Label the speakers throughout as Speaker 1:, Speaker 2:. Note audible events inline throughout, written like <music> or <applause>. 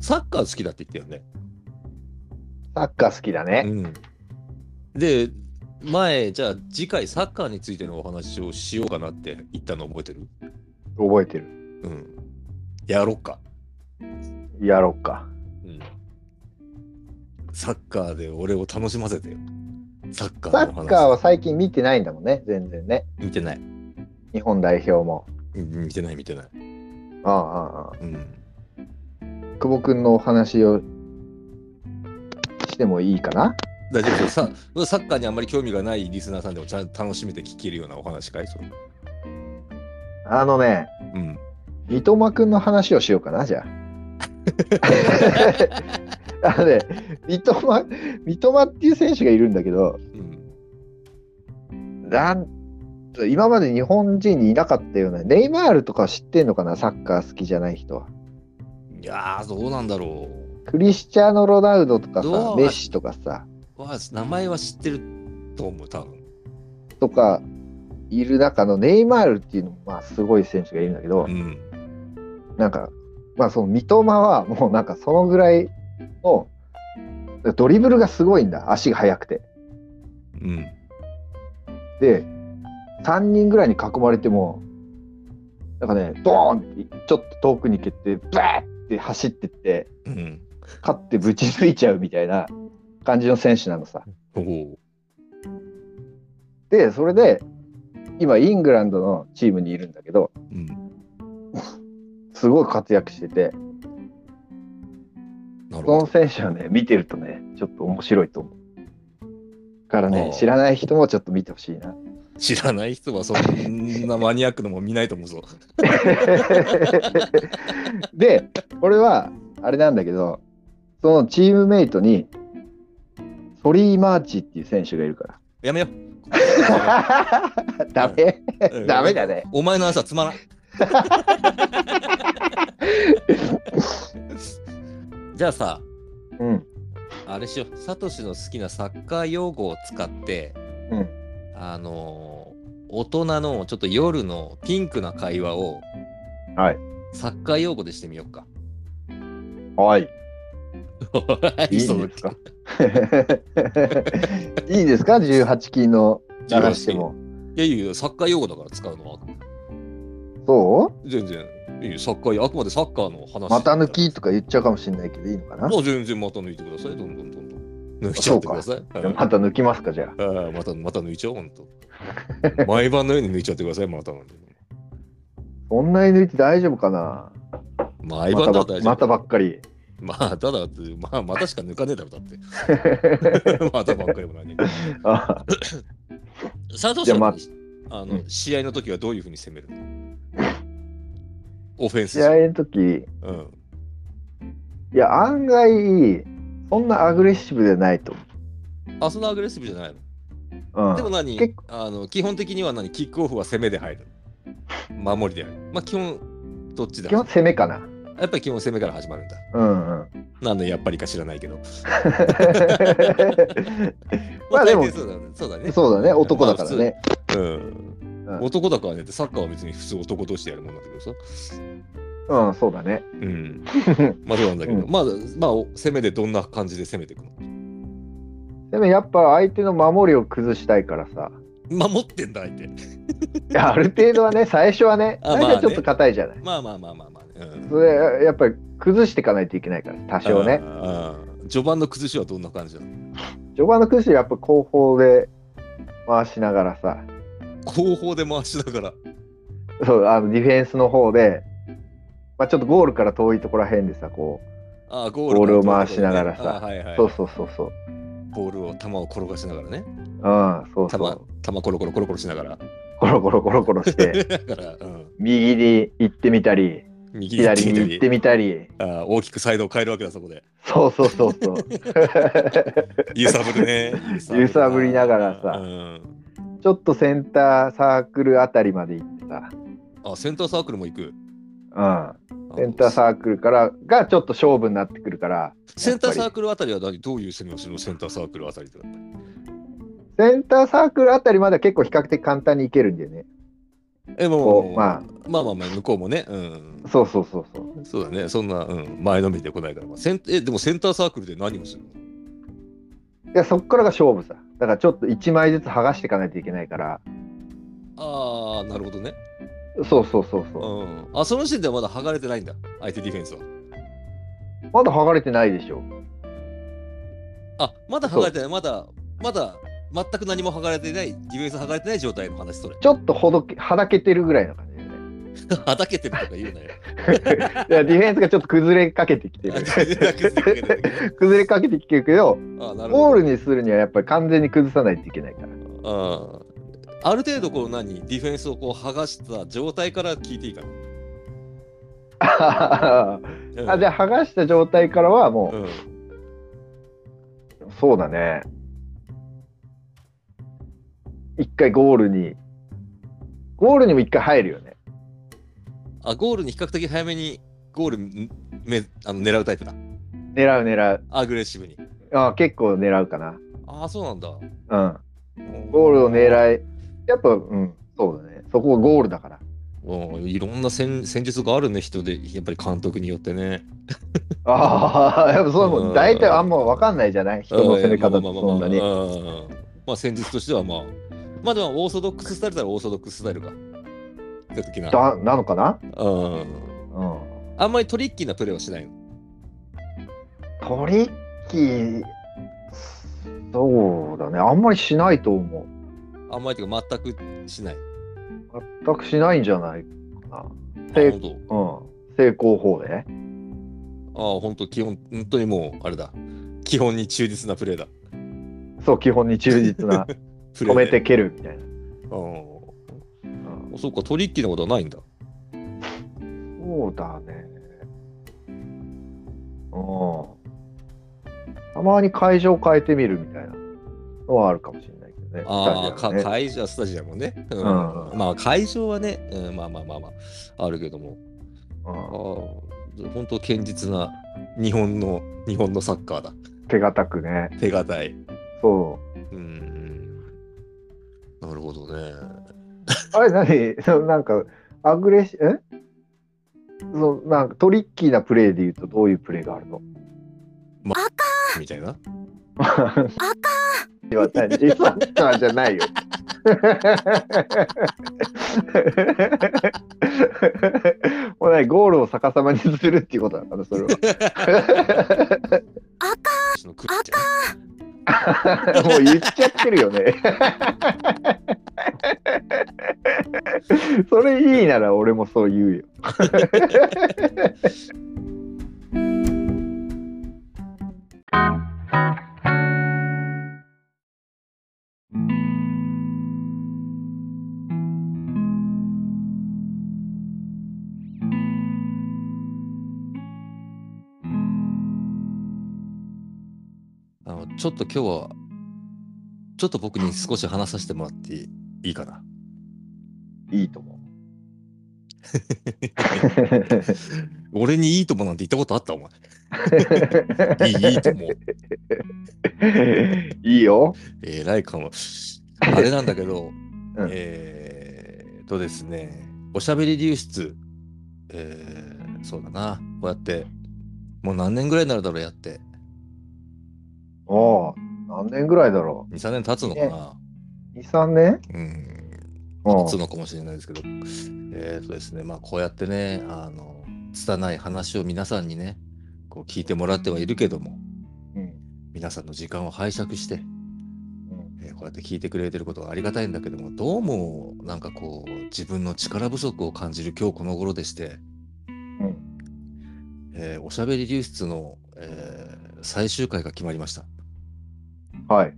Speaker 1: サッカー好きだって言ったよね。
Speaker 2: サッカー好きだね。
Speaker 1: うん、で前じゃあ次回サッカーについてのお話をしようかなって言ったの覚えてる
Speaker 2: 覚えてる。
Speaker 1: うん。やろっか。
Speaker 2: やろうか。
Speaker 1: うん。サッカーで俺を楽しませてよ。サッカ
Speaker 2: サ
Speaker 1: ーの
Speaker 2: ッ
Speaker 1: 話。
Speaker 2: カーは最近見てないんだもんね、全然ね。
Speaker 1: 見てない。
Speaker 2: 日本代表も。
Speaker 1: うん見てない見てない。
Speaker 2: あああああ
Speaker 1: うん。
Speaker 2: あ久保君のお話をしてもいいかな
Speaker 1: 大丈夫ですよさサッカーにあんまり興味がないリスナーさんでもちゃんと楽しめて聞けるようなお話かいそれ
Speaker 2: あのね、
Speaker 1: うん。
Speaker 2: 三笘君の話をしようかな、
Speaker 1: <laughs>
Speaker 2: じゃあ。あのね、三笘、三笘っていう選手がいるんだけど、
Speaker 1: うん。
Speaker 2: なん今まで日本人にいなかったような、ネイマールとか知ってんのかな、サッカー好きじゃない人は。
Speaker 1: いやー、どうなんだろ
Speaker 2: クリスチャーノ・ロナウドとかさ
Speaker 1: ど、う
Speaker 2: メッシとかさ、
Speaker 1: う。わあ名前は知ってると思う、多分。
Speaker 2: とかいる中のネイマールっていうのも、まあ、すごい選手がいるんだけど
Speaker 1: う、ん。
Speaker 2: なんか、まあ、その三笘はもうなんかそのぐらいのドリブルがすごいんだ、足が速くて。
Speaker 1: うん。
Speaker 2: で、3人ぐらいに囲まれても、なんかね、ドーンってちょっと遠くに蹴って、バーって走ってって、
Speaker 1: うん。
Speaker 2: 勝ってぶち抜いちゃうみたいな感じの選手なのさ。
Speaker 1: おお。
Speaker 2: で、それで、今、イングランドのチームにいるんだけど、
Speaker 1: うん。
Speaker 2: すごい活躍してて、
Speaker 1: なる
Speaker 2: そ
Speaker 1: ほ
Speaker 2: の
Speaker 1: ど。
Speaker 2: 選手はね、見てるとね、ちょっと面白いと思う。だから
Speaker 1: あ
Speaker 2: ね
Speaker 1: あ、
Speaker 2: 知らない人もちょっと見てほしいな。 <laughs>
Speaker 1: 知らない人はそんなマニアックのも見ないと思うぞ。 <laughs>
Speaker 2: で、俺は、あれなんだけど、そのチームメイトに、ソリー・マーチっていう選手がいるか
Speaker 1: やめよ
Speaker 2: ら。
Speaker 1: <laughs>
Speaker 2: ダメ
Speaker 1: う。
Speaker 2: <laughs> ダメだね。
Speaker 1: お前の朝
Speaker 2: <laughs>
Speaker 1: つまらん。じゃあさ、
Speaker 2: うん。
Speaker 1: あれしよう、サトシの好きなサッカー用語を使って、
Speaker 2: うん
Speaker 1: あのー大人のちょっと夜のピンクな会話を
Speaker 2: はい。
Speaker 1: サッカー用語でしてみようか。
Speaker 2: はい。いい
Speaker 1: そ
Speaker 2: ん
Speaker 1: の
Speaker 2: で
Speaker 1: <laughs>
Speaker 2: すか <laughs> いいですか ?18 金の流しても。
Speaker 1: いやいやいや、サッカー用語だから使うのは。
Speaker 2: そう
Speaker 1: 全然。いいよサッカー、あくまでサッカーの話。
Speaker 2: 股抜きとか言っちゃうかもしれないけど、いいのかな
Speaker 1: もう全然股抜いてください。どんどんどんどん。抜いちゃってください。
Speaker 2: じ
Speaker 1: は
Speaker 2: ゃあ
Speaker 1: い
Speaker 2: また抜きますか、じゃあ。
Speaker 1: ああまた、また抜いちゃおう、ほんと。毎晩のように抜いちゃってください、また。
Speaker 2: そんなに抜いて大丈夫かな
Speaker 1: 毎
Speaker 2: ま
Speaker 1: 晩だ
Speaker 2: たば
Speaker 1: ったら大丈夫。
Speaker 2: またばっ
Speaker 1: <laughs>
Speaker 2: かり。 <laughs>
Speaker 1: まあ、ただって、まあ、またしか抜かねえだろ、だ <laughs> って。またばっかりもないね。
Speaker 2: あ
Speaker 1: 佐藤さ
Speaker 2: じゃあ
Speaker 1: ん、
Speaker 2: ま
Speaker 1: あ、の、
Speaker 2: う
Speaker 1: 試合の時はどういうふうに攻めるのオフェンス
Speaker 2: 試。合の時
Speaker 1: うん。
Speaker 2: いや、案外、そんなアグレッシブでないと
Speaker 1: あ、そんなアグレッシブじゃないの
Speaker 2: 思う。うん、
Speaker 1: でも何
Speaker 2: 結
Speaker 1: あの基本的には何キックオフは攻めで入る。守りである。まあ基本どっちだ
Speaker 2: 基本攻めかな。
Speaker 1: やっぱり基本攻めから始まるんだ。
Speaker 2: う
Speaker 1: <laughs>
Speaker 2: んうん。
Speaker 1: なんでやっぱりか知らないけど。
Speaker 2: まあでも
Speaker 1: 大抵そうだね。そうだね。
Speaker 2: そうだね、男だからね。
Speaker 1: まあ。普通うん
Speaker 2: うん
Speaker 1: 男だからねってサッカーは別に普通男としてやるもんだけどさ。
Speaker 2: うん、そうだね。 <laughs>
Speaker 1: うん。まあそうなんだけど、
Speaker 2: う
Speaker 1: まあ、まあ、お攻めでどんな感じで攻めていくの
Speaker 2: でもやっぱ相手の守りを崩したいからさ。
Speaker 1: 守ってんだ相手。
Speaker 2: いやある程度はね、最初はね、
Speaker 1: あ
Speaker 2: 最初
Speaker 1: まあ
Speaker 2: は
Speaker 1: ね
Speaker 2: ちょっと硬いじゃない。
Speaker 1: まあまあまあまあまあね。うん
Speaker 2: それやっぱり崩していかないといけないから、多少ね。
Speaker 1: あー。序盤の崩しはどんな感じなの
Speaker 2: 序盤の崩しはやっぱ後方で回しながらさ、
Speaker 1: 後方で回しながら。
Speaker 2: そうあのディフェンスの方で、まあ、ちょっとゴールから遠いところらへんでさ、こ
Speaker 1: あーゴ
Speaker 2: ボールを
Speaker 1: の
Speaker 2: 回しながらさ
Speaker 1: あーはいは
Speaker 2: う、
Speaker 1: い
Speaker 2: そうそうそうそう。
Speaker 1: ボールを球を転がしながらね。
Speaker 2: うん、そう
Speaker 1: 球
Speaker 2: そう。
Speaker 1: 球コロコロコロコロしながら。 <laughs>
Speaker 2: コロコロコロコロして、
Speaker 1: だから、うん、
Speaker 2: 右に行ってみたり、
Speaker 1: 右に行ってみ
Speaker 2: 左に
Speaker 1: た
Speaker 2: 行
Speaker 1: り
Speaker 2: ってみたり、
Speaker 1: あー大きくサイドを変えるわけだそこ
Speaker 2: <laughs>
Speaker 1: で。
Speaker 2: そうそうそ
Speaker 1: <laughs>
Speaker 2: うそう。
Speaker 1: 揺さぶるね。
Speaker 2: <laughs> 揺さぶりながらさ
Speaker 1: うん
Speaker 2: ちょっとセンターサークルあたりまで行って
Speaker 1: あセンターサークルも行く。
Speaker 2: さ、うん、センターサークルからがちょっと勝負になってくるから、
Speaker 1: センターサークルあたりは何どういう攻めをするのセンターサークルあたりとか。
Speaker 2: センターサークルあたりまでは結構比較的簡単に行けるんだよね。
Speaker 1: え、も
Speaker 2: こ
Speaker 1: う、
Speaker 2: う
Speaker 1: まあ、
Speaker 2: ま
Speaker 1: まあまあまあ、向こうもね、うん
Speaker 2: あ、。そうそうそうそう。
Speaker 1: そうだね、そんな、うん、前のめりで来ないから。まあセンえ、でもセンターサークルで何をするの
Speaker 2: いや、そっからが勝負さ。だからちょっと1枚ずつ剥がしていかないといけないから。
Speaker 1: ああ、なるほどね。
Speaker 2: そうそうそうそう。
Speaker 1: うん。あ、その時点ではまだ剥がれてないんだ、相手ディフェンスは。
Speaker 2: まだ剥がれてないでしょ。
Speaker 1: あ、まだ剥がれてない、まだ、まだ、全く何も剥がれてない、ディフェンス剥がれてない状態の話、それ。 <laughs>
Speaker 2: ちょっとほどけ、はだけてるぐらいの感じだよね。
Speaker 1: はだけてるとか言うな
Speaker 2: <laughs>
Speaker 1: よ。
Speaker 2: いや、ディフェンスがちょっと崩れかけてき
Speaker 1: <laughs>
Speaker 2: て
Speaker 1: あ
Speaker 2: る。崩
Speaker 1: 崩
Speaker 2: れかけてきてるけど、
Speaker 1: あなる
Speaker 2: ゴ
Speaker 1: ほ
Speaker 2: ー
Speaker 1: ど
Speaker 2: ルにするにはやっぱり完全に崩さないといけないから。
Speaker 1: うんある程度こう何ディフェンスをこう剥がした状態から聞いていいかな、
Speaker 2: あ
Speaker 1: うん
Speaker 2: じゃ <laughs> あ剥がした状態からはも
Speaker 1: うん、
Speaker 2: う、そうだね一回ゴールにゴールにも一回入るよね
Speaker 1: あゴールに比較的早めにゴールんめあの狙うタイプだ
Speaker 2: 狙う狙う
Speaker 1: アグレッシブに
Speaker 2: あ結構狙うかな
Speaker 1: ああそうなんだ
Speaker 2: うんゴールを
Speaker 1: う
Speaker 2: 狙いやっぱうんそうだねそこがゴールだから
Speaker 1: うんいろんな戦戦術があるね人でやっぱり監督によってね
Speaker 2: ああ <laughs> やっぱそうも
Speaker 1: うん
Speaker 2: う大体あんま分かんないじゃない人の攻め方
Speaker 1: うんま
Speaker 2: って
Speaker 1: あまあ
Speaker 2: そんなに
Speaker 1: まあまあうんうんまあ戦術としてはまあまあでもオーソドックススタイルならオーソドックススタイルかって時な
Speaker 2: だなのかな
Speaker 1: うん
Speaker 2: うん
Speaker 1: あんまりトリッキーなプレーはしないの。
Speaker 2: トリッキーそうだねあんまりしないと思う
Speaker 1: あんまりというか全くしない。
Speaker 2: 全くしないんじゃないかな。
Speaker 1: あ
Speaker 2: 成
Speaker 1: 本当
Speaker 2: うん、成功法で。
Speaker 1: ああ、本当基本、本当にもう、あれだ。基本に忠実なプレーだ。
Speaker 2: そう、基本に忠実
Speaker 1: <laughs>
Speaker 2: な、
Speaker 1: プレ
Speaker 2: 止
Speaker 1: ーで
Speaker 2: めて。蹴るみたいな。
Speaker 1: うん。そうか、トリッキーなことはないんだ。
Speaker 2: うん、そうだね。うん。たまに会場変えてみるみたいなのはあるかもしれないけどね。
Speaker 1: ああ、
Speaker 2: ス
Speaker 1: か
Speaker 2: タジアムね
Speaker 1: 会場、スタジアムね。うん。
Speaker 2: うん
Speaker 1: まあ、会場はね、うん、まあまあまあまあ、あるけども。あ
Speaker 2: う
Speaker 1: あ、本当堅実な日本の、日本のサッカーだ。
Speaker 2: ん、手堅くね。
Speaker 1: 手堅い。
Speaker 2: そ
Speaker 1: うん。なるほどね。
Speaker 2: う。あれ何、 <laughs> そのなんか、アグレッシえそのなんかトリッキーなプレーで言うとどういうプレーがあるの
Speaker 1: みたいな。
Speaker 2: 赤ではないリサッカーじゃないよ。もうね、ゴールを逆さまにするっていうことだから、それは。
Speaker 1: そのクッチャ
Speaker 2: もう言っちゃってるよね。それいいなら俺もそう言うよ。
Speaker 1: あのちょっと今日はちょっと僕に少し話させてもらっていいかな。
Speaker 2: いいと思う。
Speaker 1: 俺にいいともなんて言ったことあったお <laughs> 前。いいいいとも。
Speaker 2: いいよ。
Speaker 1: えらいかも。あれなんだけ <laughs> ど、
Speaker 2: うん
Speaker 1: えーっとですね、おしゃべり流出、えーそうだな、こうやって、もう何年ぐらいになるだろうやって、
Speaker 2: おう何年ぐらいだろ
Speaker 1: 2、3年経つのかな。
Speaker 2: う ?2、3年
Speaker 1: うん、
Speaker 2: うん
Speaker 1: つのかもしれないですけど、えーとですね、まあ、こうやってね、あの、拙い話を皆さんにね、こう聞いてもらってはいるけども、
Speaker 2: うん
Speaker 1: 皆さんの時間を拝借して、
Speaker 2: うん
Speaker 1: えーこうやって聞いてくれてることはありがたいんだけども、どうも、なんかこう、自分の力不足を感じる今日この頃でして、
Speaker 2: うん
Speaker 1: えーおしゃべり流出の、えー最終回が決まりました。
Speaker 2: はい。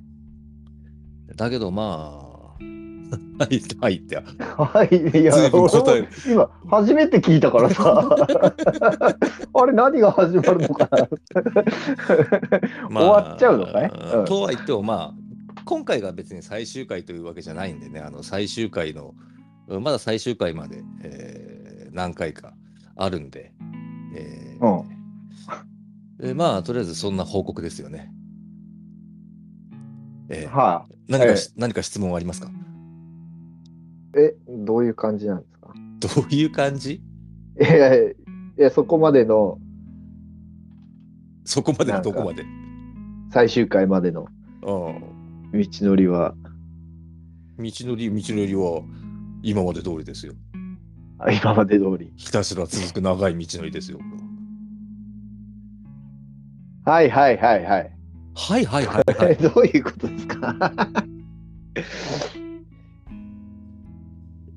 Speaker 1: だけどまあ、 <laughs> はい、はいって、
Speaker 2: はい、いや、
Speaker 1: 随分答え
Speaker 2: 俺も今、初めて聞いたから
Speaker 1: <laughs>
Speaker 2: さ、あれ、何が始まるのかな終わっちゃうのかいうん
Speaker 1: とは言ってもまあ今回が別に最終回というわけじゃないんでねあの最終回のうんまだ最終回まで、えー何回かあるんで、えーえまあとりあえずそんな報告ですよね。えー
Speaker 2: は
Speaker 1: 何かし、何か質問はありますか
Speaker 2: え、どういう感じなんですか
Speaker 1: <laughs> どういう感じ
Speaker 2: いやいやいや、そこまでの
Speaker 1: そこまでのどこまで。
Speaker 2: 最終回までの
Speaker 1: うん。
Speaker 2: 道のりは、
Speaker 1: 道のり、道のりは今まで通りですよ。
Speaker 2: あ今まで通り。
Speaker 1: ひたすら続く長い道のりですよ。
Speaker 2: はいはいはいはい。
Speaker 1: はいはいはいはい。
Speaker 2: <laughs> どういうことですか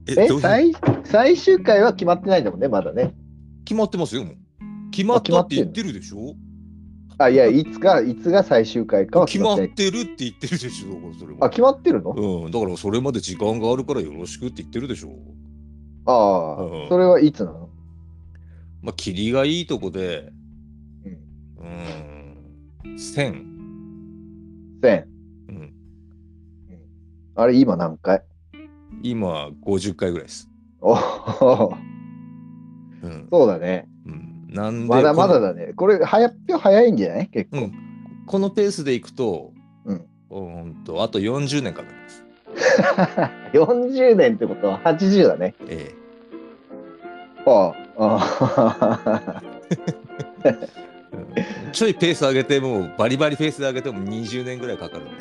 Speaker 2: え
Speaker 1: どういう
Speaker 2: 最、最終回は決まってないんだもんね、まだね。
Speaker 1: 決まってますよ、もう。決まったって言ってるでしょ
Speaker 2: あ、いや、いつか、いつが最終回かは
Speaker 1: 決
Speaker 2: 決
Speaker 1: ま
Speaker 2: ま
Speaker 1: っ
Speaker 2: ってな
Speaker 1: てる
Speaker 2: い。
Speaker 1: って言ってるでしょ、だからそれも
Speaker 2: あ、決まってるの、
Speaker 1: うん、だからそれまで時間があるからよろしくって言ってるでしょ。
Speaker 2: ああ、
Speaker 1: うん
Speaker 2: それはいつなの
Speaker 1: まあ、霧がいいとこで、
Speaker 2: う
Speaker 1: うん、1000。
Speaker 2: 千
Speaker 1: うん、
Speaker 2: あれ、今何回 <laughs>
Speaker 1: 今、50回ぐらいです。
Speaker 2: おー
Speaker 1: うん。
Speaker 2: そうだね。
Speaker 1: うん、なんで
Speaker 2: まだまだ
Speaker 1: この
Speaker 2: だね。これ、発表早いんじゃない <laughs> 結構。
Speaker 1: うんこのペースでいくと、
Speaker 2: う
Speaker 1: う
Speaker 2: ん
Speaker 1: んと、あと40年かかります。
Speaker 2: 40年ってことは80だね。
Speaker 1: え
Speaker 2: <laughs> ああ。
Speaker 1: えうんちょいペース上げても、バリバリペースで上げても20年ぐらいかかるんで、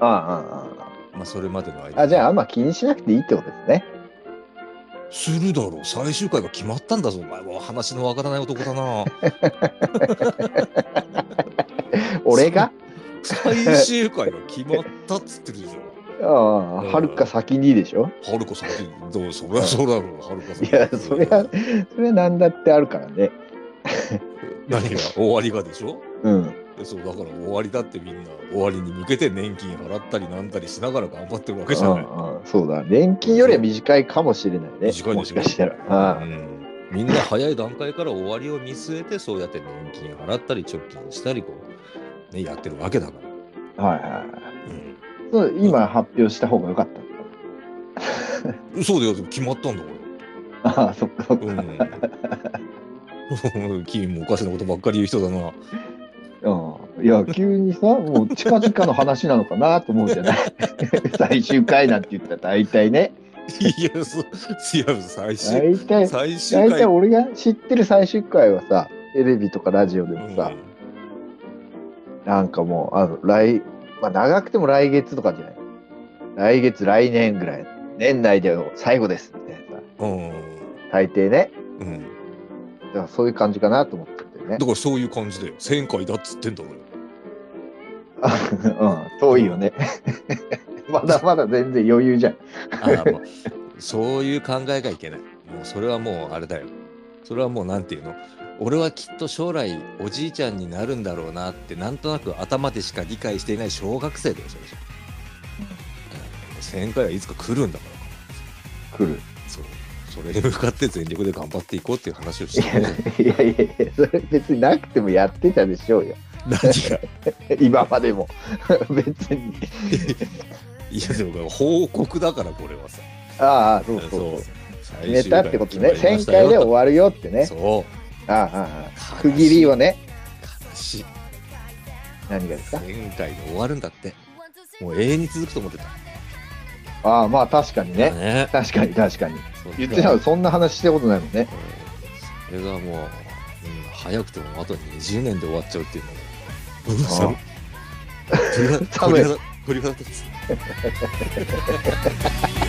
Speaker 2: あああ
Speaker 1: まあ、それまでの間
Speaker 2: あ。あ、じゃああんま気にしなくていいってことですね。
Speaker 1: するだろう最終回が決まったんだぞお前は話のわからない男だ
Speaker 2: <laughs>
Speaker 1: な
Speaker 2: 俺が
Speaker 1: 最終回が決まったっつってるでしょ
Speaker 2: ああ、はるか先にでしょ <laughs>
Speaker 1: はるかさんどうそりゃそうだろうはるかさん
Speaker 2: いや、それは、 <laughs> それは何だってあるからね。
Speaker 1: 何が終わりがでしょ
Speaker 2: うん。
Speaker 1: そうだから終わりだってみんな終わりに向けて年金払ったりなんだりしながら頑張ってるわけじゃない、
Speaker 2: ああそうだ。年金よりは短いかもしれないね。
Speaker 1: 短いで
Speaker 2: も
Speaker 1: し
Speaker 2: し
Speaker 1: ょ
Speaker 2: かしたら。あ
Speaker 1: う
Speaker 2: あ
Speaker 1: ん、みんな早い段階から終わりを見据えてそうやって年金払ったり貯金したりこう、ね、やってるわけだから、
Speaker 2: はいはい。
Speaker 1: う
Speaker 2: そう今発表した方が良かったの <laughs> か
Speaker 1: ん、そうだよ決まったんだから
Speaker 2: な。ああ、そっかそっか。
Speaker 1: うん。 <laughs> 君もおかしなことばっかり言う人だ <laughs> な。
Speaker 2: うん、いや急にさもう近々の話なのかなと思うじ
Speaker 1: <laughs>
Speaker 2: ゃない最終回なんて言ったら大体ね
Speaker 1: いや、そう、違う、最終、
Speaker 2: 大体
Speaker 1: 最終
Speaker 2: 大
Speaker 1: 回
Speaker 2: 体。俺が知ってる最終回はさテレビとかラジオで
Speaker 1: う
Speaker 2: も
Speaker 1: ん
Speaker 2: さ、なんかもうあの来、まあ、長くても来月とかじゃない来月来年ぐらい年内で最後ですみたいなさ
Speaker 1: うん。
Speaker 2: 大抵ね
Speaker 1: うん。
Speaker 2: だからそういう感じかなと思っててね
Speaker 1: だからそういう感じだよ。1000回だっつってんだ俺。
Speaker 2: うん遠いよね <laughs> まだまだ全然余裕じゃん
Speaker 1: ああ、もう、そういう考えがいけない。もうそれはもうあれだよ。それはもうなんていうの俺はきっと将来おじいちゃんになるんだろうなってなんとなく頭でしか理解していない小学生だよそれじゃ、うん1000回はいつか来るんだから
Speaker 2: 来る
Speaker 1: そうそれに向かって全力で頑張っていこうっていう話をし
Speaker 2: い
Speaker 1: て
Speaker 2: やい
Speaker 1: ね
Speaker 2: やいやそれ別になくてもやってたでしょうよ
Speaker 1: 何が
Speaker 2: 今までも <laughs> 別に
Speaker 1: いやでも報告だからこれはさ
Speaker 2: ああそうそうそう
Speaker 1: 最
Speaker 2: 決め
Speaker 1: 終
Speaker 2: た
Speaker 1: 回
Speaker 2: ってことね
Speaker 1: 決まりま
Speaker 2: 1000
Speaker 1: したよ
Speaker 2: 回で終わるよってね
Speaker 1: そ
Speaker 2: ああああ
Speaker 1: う
Speaker 2: 区切りをね
Speaker 1: 悲しい
Speaker 2: 何がですか
Speaker 1: 1000回で終わるんだってもう永遠に続くと思ってた
Speaker 2: ああまあ確かにね
Speaker 1: ね
Speaker 2: 確かに確かに
Speaker 1: そう
Speaker 2: 言ってた
Speaker 1: う
Speaker 2: の
Speaker 1: ん
Speaker 2: そんな話したことないもんね
Speaker 1: それがもう、うん、早くてもあと20年で終わっちゃうっていうのがうわ
Speaker 2: あ
Speaker 1: 寒
Speaker 2: あ
Speaker 1: い鳥肌鳥肌鳥肌立つ